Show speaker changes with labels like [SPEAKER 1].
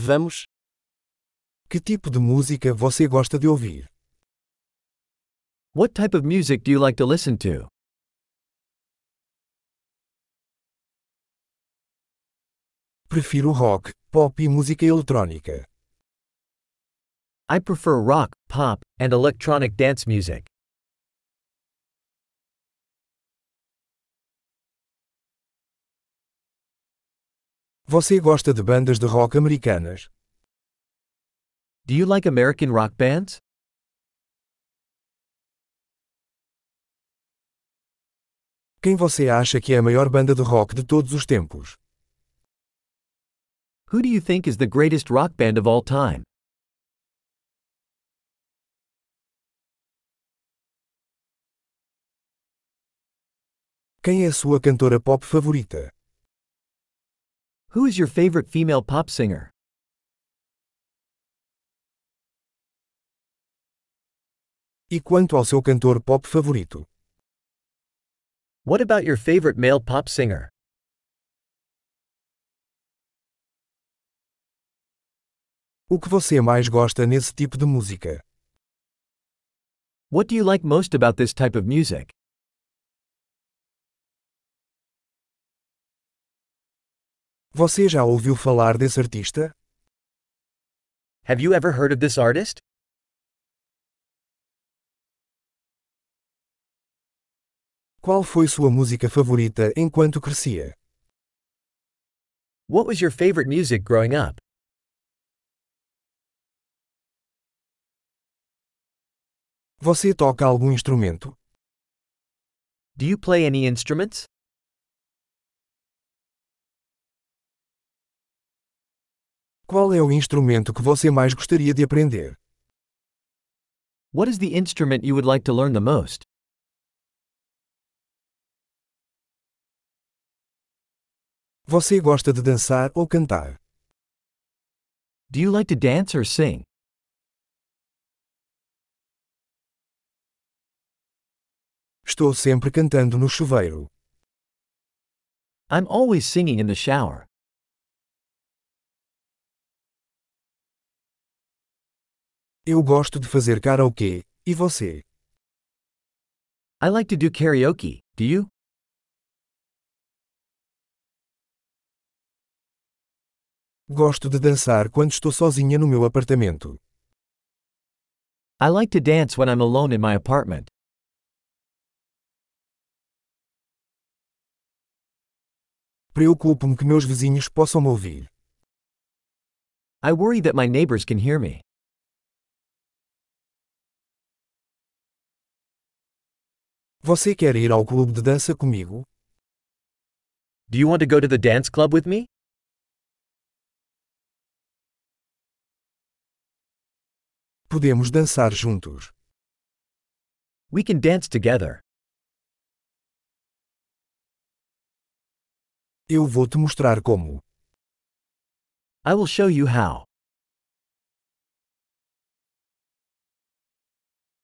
[SPEAKER 1] Vamos.
[SPEAKER 2] Que tipo de música você gosta de ouvir?
[SPEAKER 1] What type of music do you like to listen to?
[SPEAKER 2] Prefiro rock, pop e música eletrônica.
[SPEAKER 1] I prefer rock, pop, and electronic dance music.
[SPEAKER 2] Você gosta de bandas de rock americanas?
[SPEAKER 1] Do you like American rock bands?
[SPEAKER 2] Quem você acha que é a maior banda de rock de todos os tempos?
[SPEAKER 1] Who do you think is the greatest rock band of all time?
[SPEAKER 2] Quem é a sua cantora pop favorita?
[SPEAKER 1] Who is your favorite female pop singer?
[SPEAKER 2] E quanto ao seu cantor pop favorito?
[SPEAKER 1] What about your favorite male pop singer?
[SPEAKER 2] O que você mais gosta nesse tipo de música?
[SPEAKER 1] What do you like most about this type of music?
[SPEAKER 2] Você já ouviu falar desse artista?
[SPEAKER 1] Have you ever heard of this artist?
[SPEAKER 2] Qual foi sua música favorita enquanto crescia?
[SPEAKER 1] What was your favorite music growing up?
[SPEAKER 2] Você toca algum instrumento?
[SPEAKER 1] Do you play any instruments?
[SPEAKER 2] Qual é o instrumento que você mais gostaria de aprender?
[SPEAKER 1] What is the instrument you would like to learn the most?
[SPEAKER 2] Você gosta de dançar ou cantar?
[SPEAKER 1] Do you like to dance or sing?
[SPEAKER 2] Estou sempre cantando no chuveiro.
[SPEAKER 1] I'm always singing in the shower.
[SPEAKER 2] Eu gosto de fazer karaokê. E você?
[SPEAKER 1] I like to do karaoke, do you?
[SPEAKER 2] Gosto de dançar quando estou sozinha no meu apartamento.
[SPEAKER 1] I like to dance when I'm alone in my apartment.
[SPEAKER 2] Preocupo-me que meus vizinhos possam me ouvir.
[SPEAKER 1] I worry that my neighbors can hear me.
[SPEAKER 2] Você quer ir ao clube de dança comigo?
[SPEAKER 1] Do you want to go to the dance club with me?
[SPEAKER 2] Podemos dançar juntos.
[SPEAKER 1] We can dance together.
[SPEAKER 2] Eu vou te mostrar como.
[SPEAKER 1] I will show you how.